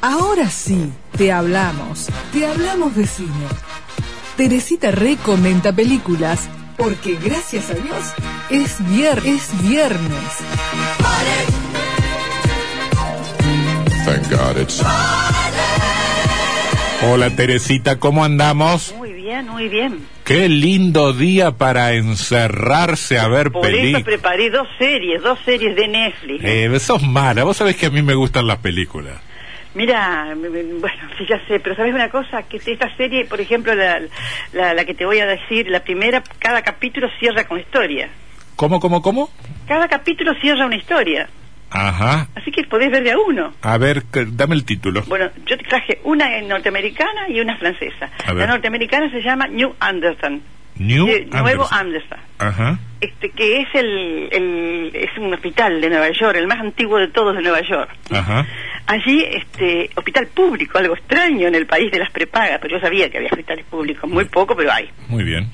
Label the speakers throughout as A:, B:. A: Ahora sí, te hablamos. Te hablamos de cine. Teresita recomenta películas porque gracias a Dios es viernes. Es viernes.
B: Thank God it's- Hola Teresita, ¿cómo andamos?
C: Muy bien, muy bien.
B: Qué lindo día para encerrarse a ver
C: Por eso
B: películas.
C: preparé dos series, dos series de Netflix.
B: Eh, sos mala, vos sabés que a mí me gustan las películas.
C: Mira, m- m- bueno, sí, ya sé, pero ¿sabes una cosa? Que esta serie, por ejemplo, la, la, la que te voy a decir, la primera, cada capítulo cierra con historia.
B: ¿Cómo, cómo, cómo?
C: Cada capítulo cierra una historia.
B: Ajá.
C: Así que podés ver de a uno.
B: A ver, que- dame el título.
C: Bueno, yo te traje una norteamericana y una francesa.
B: A ver.
C: La norteamericana se llama New Anderson.
B: New
C: de- eh, Nuevo
B: Anderson.
C: Anderson.
B: Ajá.
C: Este, que es el, el- es un hospital de Nueva York, el más antiguo de todos de Nueva York.
B: Ajá.
C: Allí, este, hospital público, algo extraño en el país de las prepagas, pero yo sabía que había hospitales públicos, muy poco, pero hay.
B: Muy bien.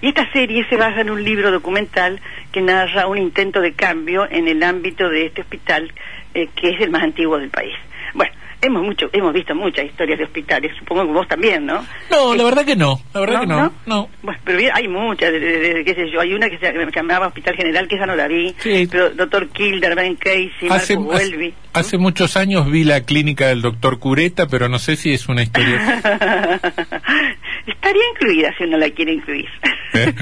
C: Y esta serie se basa en un libro documental que narra un intento de cambio en el ámbito de este hospital, eh, que es el más antiguo del país. Bueno, hemos mucho, hemos visto muchas historias de hospitales, supongo que vos también, ¿no?
B: No, la verdad que no. La verdad que no. No.
C: Bueno, pero bien, hay muchas, de- de- de- qué sé yo, hay una que se llamaba Hospital General, que esa no la vi,
B: Sí.
C: pero Doctor Kilder, Ben Casey,
B: Hace,
C: Marco
B: hace-
C: Welby.
B: hace muchos años vi la clínica del doctor Cureta, pero no sé si es una historia.
C: Estaría incluida si uno la quiere incluir.
B: ¿Eh?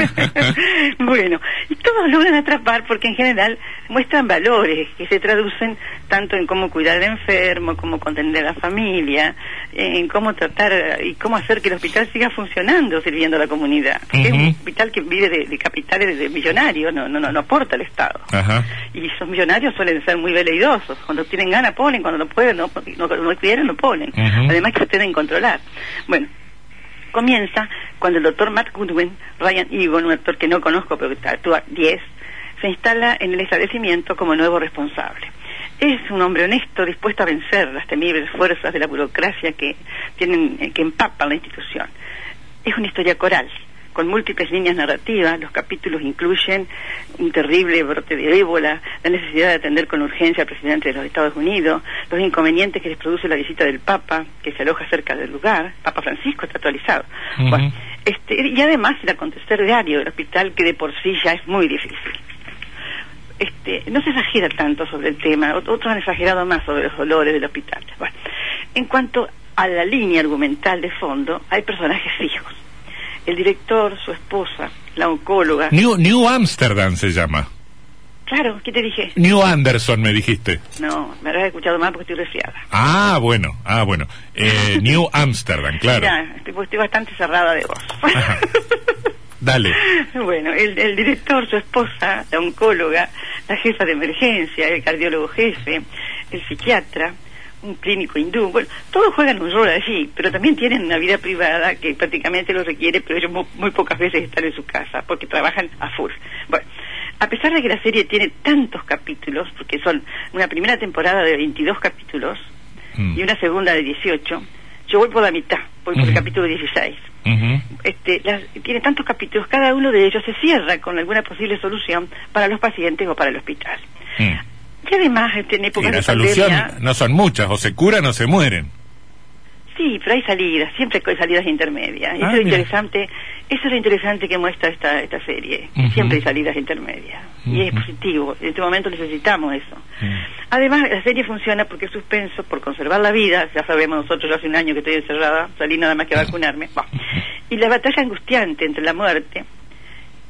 C: bueno, y todos logran atrapar porque en general muestran valores que se traducen tanto en cómo cuidar al enfermo, cómo contener a la familia, en cómo tratar eh, y cómo hacer que el hospital siga funcionando sirviendo a la comunidad. Porque Es un
B: Ujú.
C: hospital que vive de, de capitales de millonarios, no, no, no, no aporta al Estado.
B: Ajá.
C: Y esos millonarios suelen ser muy veleidosos. Cuando tienen ganas ponen, cuando no pueden, no, no, no quieren, no ponen.
B: Ujú.
C: Además que se tienen que controlar. Bueno, comienza cuando el doctor Matt Goodwin, Ryan Eagon, un actor que no conozco pero que actúa 10, se instala en el establecimiento como nuevo responsable. Es un hombre honesto, dispuesto a vencer las temibles fuerzas de la burocracia que, tienen, eh, que empapan la institución. Es una historia coral, con múltiples líneas narrativas. Los capítulos incluyen un terrible brote de ébola, la necesidad de atender con urgencia al presidente de los Estados Unidos, los inconvenientes que les produce la visita del Papa, que se aloja cerca del lugar. Papa Francisco está actualizado.
B: Ujú.
C: Bueno, este, y además el acontecer diario del hospital, que de por sí ya es muy difícil este, no se exagera tanto sobre el tema, Ot- otros han exagerado más sobre los dolores del hospital. Bueno, en cuanto a la línea argumental de fondo, hay personajes fijos. El director, su esposa, la oncóloga.
B: New, New Amsterdam se llama.
C: Claro, ¿qué te dije?
B: New Anderson me dijiste.
C: No, me habrás escuchado mal porque estoy resfriada.
B: Ah, bueno, ah, bueno. Eh, New Amsterdam, claro.
C: Mira, estoy, pues estoy bastante cerrada de voz.
B: Ajá. Dale.
C: Bueno, el, el director, su esposa, la oncóloga, la jefa de emergencia, el cardiólogo jefe, el psiquiatra, un clínico hindú, bueno, todos juegan un rol allí, pero también tienen una vida privada que prácticamente lo requiere, pero ellos mu- muy pocas veces están en su casa porque trabajan a full. Bueno, a pesar de que la serie tiene tantos capítulos, porque son una primera temporada de 22 capítulos
B: Mm.
C: y una segunda de 18, yo voy por la mitad, voy por
B: Ujú.
C: el capítulo 16
B: Ujú.
C: este, las- tiene tantos capítulos, cada uno de ellos se cierra con alguna posible solución para los pacientes o para el hospital.
B: Mm.
C: Y además, este, en
B: Y
C: épocas
B: la
C: de
B: solución
C: pandemia,
B: no son muchas, o se curan o se mueren.
C: sí, pero hay salidas, siempre hay salidas intermedias. eso
B: Ah,
C: es lo
B: mira.
C: interesante, eso es lo interesante que muestra esta, esta serie.
B: Ujú.
C: Siempre hay salidas intermedias. Y es
B: Ujú.
C: positivo, en este momento necesitamos eso.
B: Mm.
C: Además, la serie funciona porque es suspenso, por conservar la vida, ya sabemos nosotros, yo hace un año que estoy encerrada, salí nada más que a vacunarme, Bueno. y la batalla angustiante entre la muerte,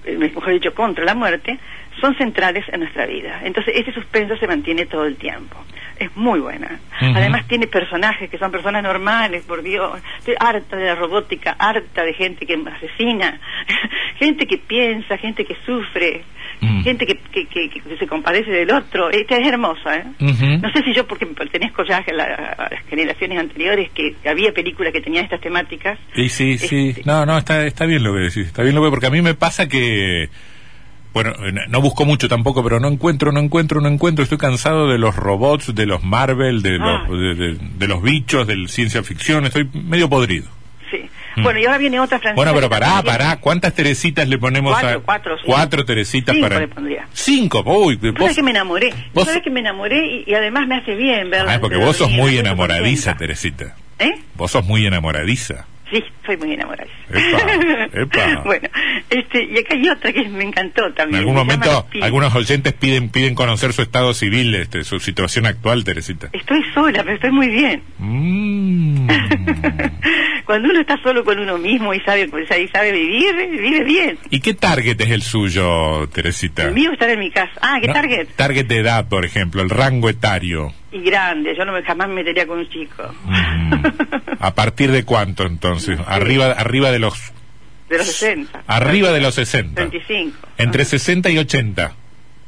C: eh, mejor dicho, contra la muerte, son centrales en nuestra vida. Entonces, ese suspenso se mantiene todo el tiempo. Es muy buena.
B: Ujú.
C: Además, tiene personajes que son personas normales, por Dios. Estoy harta de la robótica, harta de gente que asesina, gente que piensa, gente que sufre,
B: Mm.
C: gente que, que- que- que se compadece del otro. Esta es hermosa, ¿eh?
B: Ujú.
C: No sé si yo, porque pertenezco ya a, la- a las generaciones anteriores, que había películas que tenían estas temáticas.
B: Y sí, sí.
C: Este-
B: No, no, está, está bien lo que decís. Está bien lo que porque a mí me pasa que. Bueno, eh, no busco mucho tampoco, pero no encuentro, no encuentro, no encuentro. Estoy cansado de los robots, de los Marvel, de,
C: Ah.
B: los, de, de- de los bichos, de la ciencia ficción. Estoy medio podrido.
C: Sí.
B: Mm.
C: Bueno, y ahora viene otra francesa.
B: Bueno, pero
C: que
B: pará,
C: también-
B: pará. ¿Cuántas teresitas le ponemos
C: Cuatro,
B: a...?
C: cuatro, sí.
B: Cuatro teresitas
C: Cinco
B: para...
C: le pondría.
B: Cinco. Uy,
C: Vos
B: vos-
C: sabés que me enamoré.
B: vos-
C: Vos sabés que me enamoré y, y además me hace bien verla.
B: Ah, porque
C: verla
B: vos sos
C: bien,
B: muy
C: me puse
B: enamoradiza,
C: contenta.
B: Teresita.
C: ¿Eh?
B: Vos sos muy enamoradiza.
C: Sí, soy muy enamoradiza.
B: Epa, epa.
C: bueno, este, y acá hay otra que me encantó
B: En
C: también.
B: algún
C: se llama
B: momento,
C: Espina.
B: algunos oyentes piden piden conocer su estado civil, este, su situación actual, Teresita.
C: Estoy sola, pero estoy muy bien.
B: Mm.
C: Cuando uno está solo con uno mismo y sabe, pues, y sabe vivir, vive bien.
B: ¿Y qué target es el suyo, Teresita?
C: El mío es estar en mi casa. Ah, ¿qué
B: No,
C: target?
B: Target de edad, por ejemplo, el rango etario.
C: Y grande, yo no me, jamás me metería con un chico.
B: Mm. ¿A partir de cuánto entonces? Arriba arriba de los
C: de los 60.
B: arriba de los 60.
C: 35.
B: Entre 60 y 80.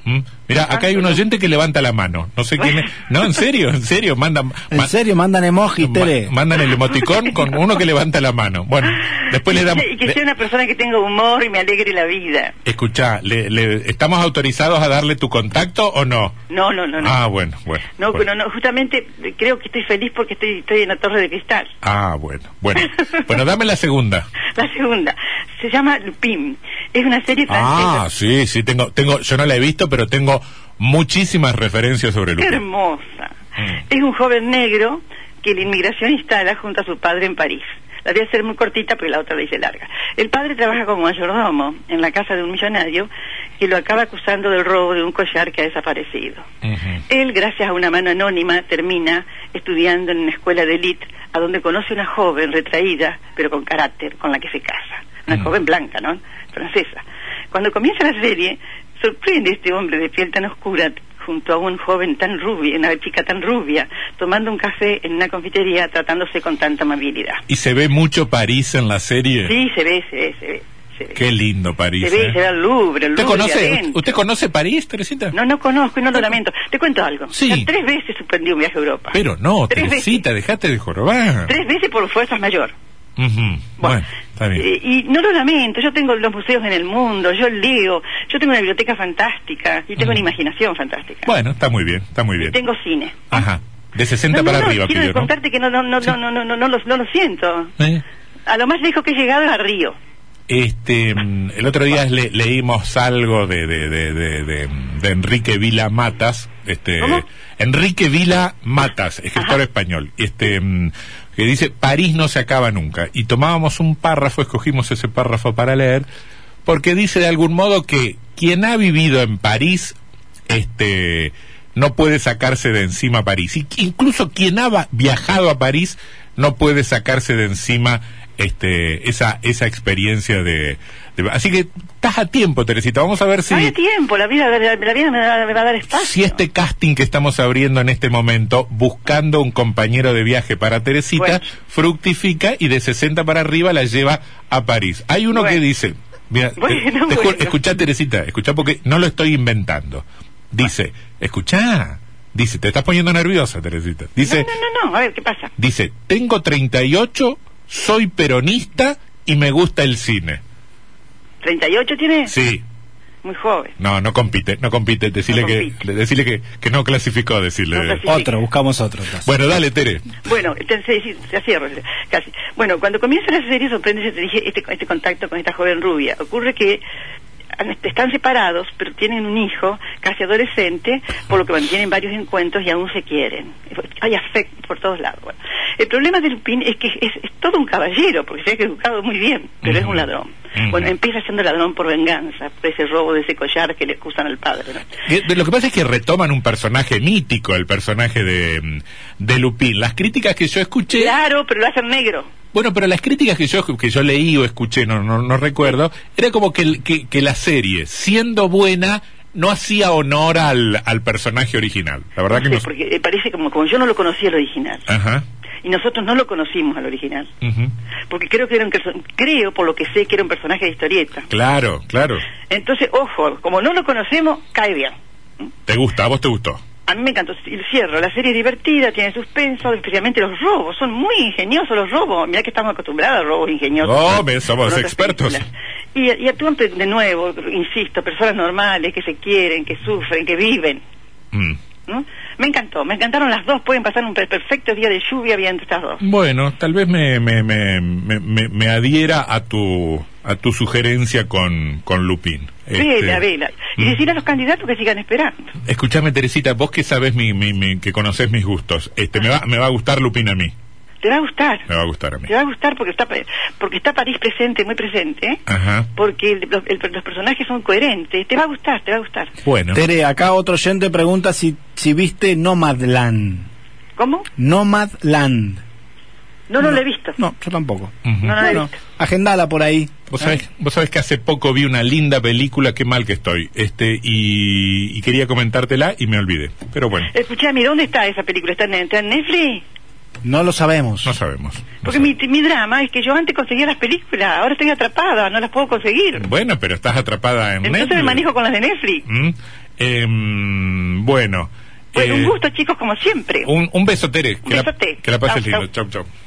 B: ¿Mm? Mira,
C: Ah,
B: acá hay un oyente que levanta la mano. No sé quién es. No, en serio, en serio, mandan
D: En serio, mandan emojis, Tere.
B: mandan el emoticón con uno que levanta la mano. Bueno, después le
C: Y
B: damos
C: que- y que sea una persona que tenga humor y me alegre la vida.
B: Escucha, le, le- ¿estamos autorizados a darle tu contacto o no?
C: No, no, no, no.
B: Ah, bueno, bueno.
C: no,
B: bueno.
C: pero no, justamente eh, creo que estoy feliz porque estoy, estoy en la torre de cristal.
B: Ah, bueno, bueno. Bueno, dame la segunda.
C: La segunda se llama Lupin. Es una serie francesa.
B: Ah, sí, sí, tengo, tengo, yo no la he visto, pero tengo muchísimas referencias sobre
C: Qué
B: Lupin.
C: hermosa.
B: Mm.
C: Es un joven negro que el inmigración instala junto a su padre en París. La voy a hacer muy cortita porque la otra la hice larga. El padre trabaja como mayordomo en la casa de un millonario que lo acaba acusando del robo de un collar que ha desaparecido.
B: Ujú.
C: Él, gracias a una mano anónima, termina estudiando en una escuela de élite, a donde conoce una joven retraída, pero con carácter, con la que se casa. Una
B: Mm.
C: joven blanca, ¿no? Francesa. Cuando comienza la serie, sorprende este hombre de piel tan oscura junto a un joven tan rubio, una chica tan rubia, tomando un café en una confitería, tratándose con tanta amabilidad.
B: Y se ve mucho París en la serie.
C: Sí, se ve, se ve, se ve. Se ve,
B: Qué lindo París.
C: se, ve
B: eh.
C: se ve el Louvre, el
B: ¿Usted
C: Louvre de
B: conoce,
C: adentro.
B: ¿Usted conoce París, Teresita?
C: No, no conozco y no lo lamento. Te cuento algo.
B: Sí.
C: Ya tres veces suspendí un viaje a Europa.
B: Pero no,
C: Tres
B: Teresita, dejate de jorobar.
C: Tres veces por fuerzas mayor.
B: Ujú, Bueno, está bien.
C: eh, y no lo lamento, yo tengo los museos en el mundo, yo leo, yo tengo una biblioteca fantástica y
B: Ujú.
C: tengo una imaginación fantástica.
B: Mm. Bueno, está muy bien, está muy
C: y
B: bien.
C: tengo cine.
B: Ajá. De 60
C: No, no,
B: para
C: no,
B: arriba,
C: quiero
B: pidió, ¿no?
C: contarte que no, no, no,
B: Sí.
C: no, no, no, no, no lo, no lo siento.
B: ¿Eh?
C: A lo más lejos que he llegado es a Río.
B: Este, mm, el otro día le- leímos algo de, de, de, de, de- de Enrique Vila Matas, este,
C: ¿Cómo?
B: Enrique Vila Matas, escritor español, este, mm, que dice París no se acaba nunca. Y tomábamos un párrafo, escogimos ese párrafo para leer, porque dice de algún modo que quien ha vivido en París, este, no puede sacarse de encima París. Y incluso quien ha va- viajado a París no puede sacarse de encima este, esa, esa experiencia de, de- Así que estás a tiempo, Teresita. Vamos a ver si,
C: No hay tiempo, la vida, la, la vida me, va- me va a dar espacio.
B: si este casting que estamos abriendo en este momento, buscando un compañero de viaje para Teresita,
C: Bueno.
B: fructifica y de 60 para arriba la lleva a París. Hay uno que
C: Bueno.
B: dice... Mira, eh,
C: Bueno,
B: te- te ju-
C: bueno.
B: escuchá, Teresita, escuchá porque no lo estoy inventando. Dice, escuchá, dice, te estás poniendo nerviosa, Teresita.
C: No,
B: Dice,
C: no, no, no, a ver, ¿qué pasa?
B: dice, tengo 38, soy peronista y me gusta el cine.
C: ¿38 tiene?
B: Sí,
C: Muy joven.
B: no, no compite, no compite, decirle
C: No
B: que
C: compite.
B: le- decirle que, que no clasificó, decirle.
C: No clasificó.
D: Otro, buscamos otro. entonces.
B: Bueno, dale, Tere.
C: Bueno, entonces sí, ya cierro, casi. Bueno, cuando comienza la serie sorprende, te dije, este, este contacto con esta joven rubia. Ocurre que han- están separados, pero tienen un hijo casi adolescente, por lo que mantienen varios encuentros y aún se quieren. Hay afecto por todos lados. Bueno, el problema de Lupín es que es, es todo un caballero, porque se ha educado muy bien, pero es
B: Ujú.
C: un ladrón.
B: Ujú.
C: Bueno, empieza siendo ladrón por venganza, por ese robo de ese collar que le acusan al padre. ¿no?
B: Eh, de- Lo que pasa es que retoman un personaje mítico, el personaje de, mm, de Lupín. Las críticas que yo escuché,
C: Claro, pero lo hacen negro.
B: bueno, pero las críticas que yo que yo leí o escuché, no no, no recuerdo, era como que, el- que que la serie, siendo buena, no hacía honor al, al personaje original. La verdad que
C: Sí,
B: no. sé.
C: porque eh, parece como, como yo no lo conocía el original.
B: Ajá.
C: y nosotros no lo conocimos al original
B: ujú.
C: porque creo que era un perso- creo por lo que sé que era un personaje de historieta
B: Claro, claro.
C: entonces ojo como no lo conocemos cae bien
B: ¿Te gusta? ¿A vos te gustó?
C: a mí me encantó y lo cierro la serie es divertida tiene suspenso especialmente los robos son muy ingeniosos los robos mirá que estamos acostumbrados a robos ingeniosos
B: No,
C: Por
B: me- somos
C: otras
B: expertos.
C: películas. y, y actúan pe- de nuevo insisto personas normales que se quieren que sufren que viven
B: Mm.
C: ¿no? Me encantó, me encantaron las dos. Pueden pasar un per- perfecto día de lluvia viendo estas dos.
B: Bueno, tal vez me, me, me, me, me- me adhiera a tu a tu sugerencia con, con Lupín. Este,
C: Vela, vela. Y
B: mm.
C: decir a los candidatos que sigan esperando.
B: Escuchame, Teresita, vos que sabes mi, mi- mi- que conocés mis gustos. Este, me, va, me va a gustar Lupín a mí.
C: Te va a gustar.
B: Me va a gustar a mí.
C: Te va a gustar porque está, pa- porque está París presente, muy presente. ¿eh?
B: Ajá.
C: Porque el- los, el- los personajes son coherentes. Te va a gustar, te va a gustar.
B: Bueno.
D: Tere, acá otro oyente pregunta si, si viste Nomadland.
C: ¿Cómo?
D: Nomadland.
C: No, no, lo he visto.
D: No, yo tampoco.
B: Ujú.
C: No, no lo he
D: Bueno,
C: visto.
D: agendala por ahí.
B: Vos sabés, vos sabés que hace poco vi una linda película, qué mal que estoy, este y, y quería comentártela y me olvidé. Pero bueno,
C: Escuchame, ¿dónde está esa película? ¿Está en, está en Netflix?
D: No lo sabemos.
B: no sabemos. No
C: Porque mi, mi drama es que yo antes conseguía las películas, ahora estoy atrapada, no las puedo conseguir.
B: sabemos. Bueno, pero estás atrapada en
C: Entonces me
B: Netflix.
C: manejo con las de Netflix.
B: Mm. Em, bueno.
C: Bueno,
B: eh,
C: un gusto, chicos, como siempre.
B: Un, un beso, Tere. Que la,
C: Besote.
B: que la pases
C: Chau,
B: lindo. Chau, chau.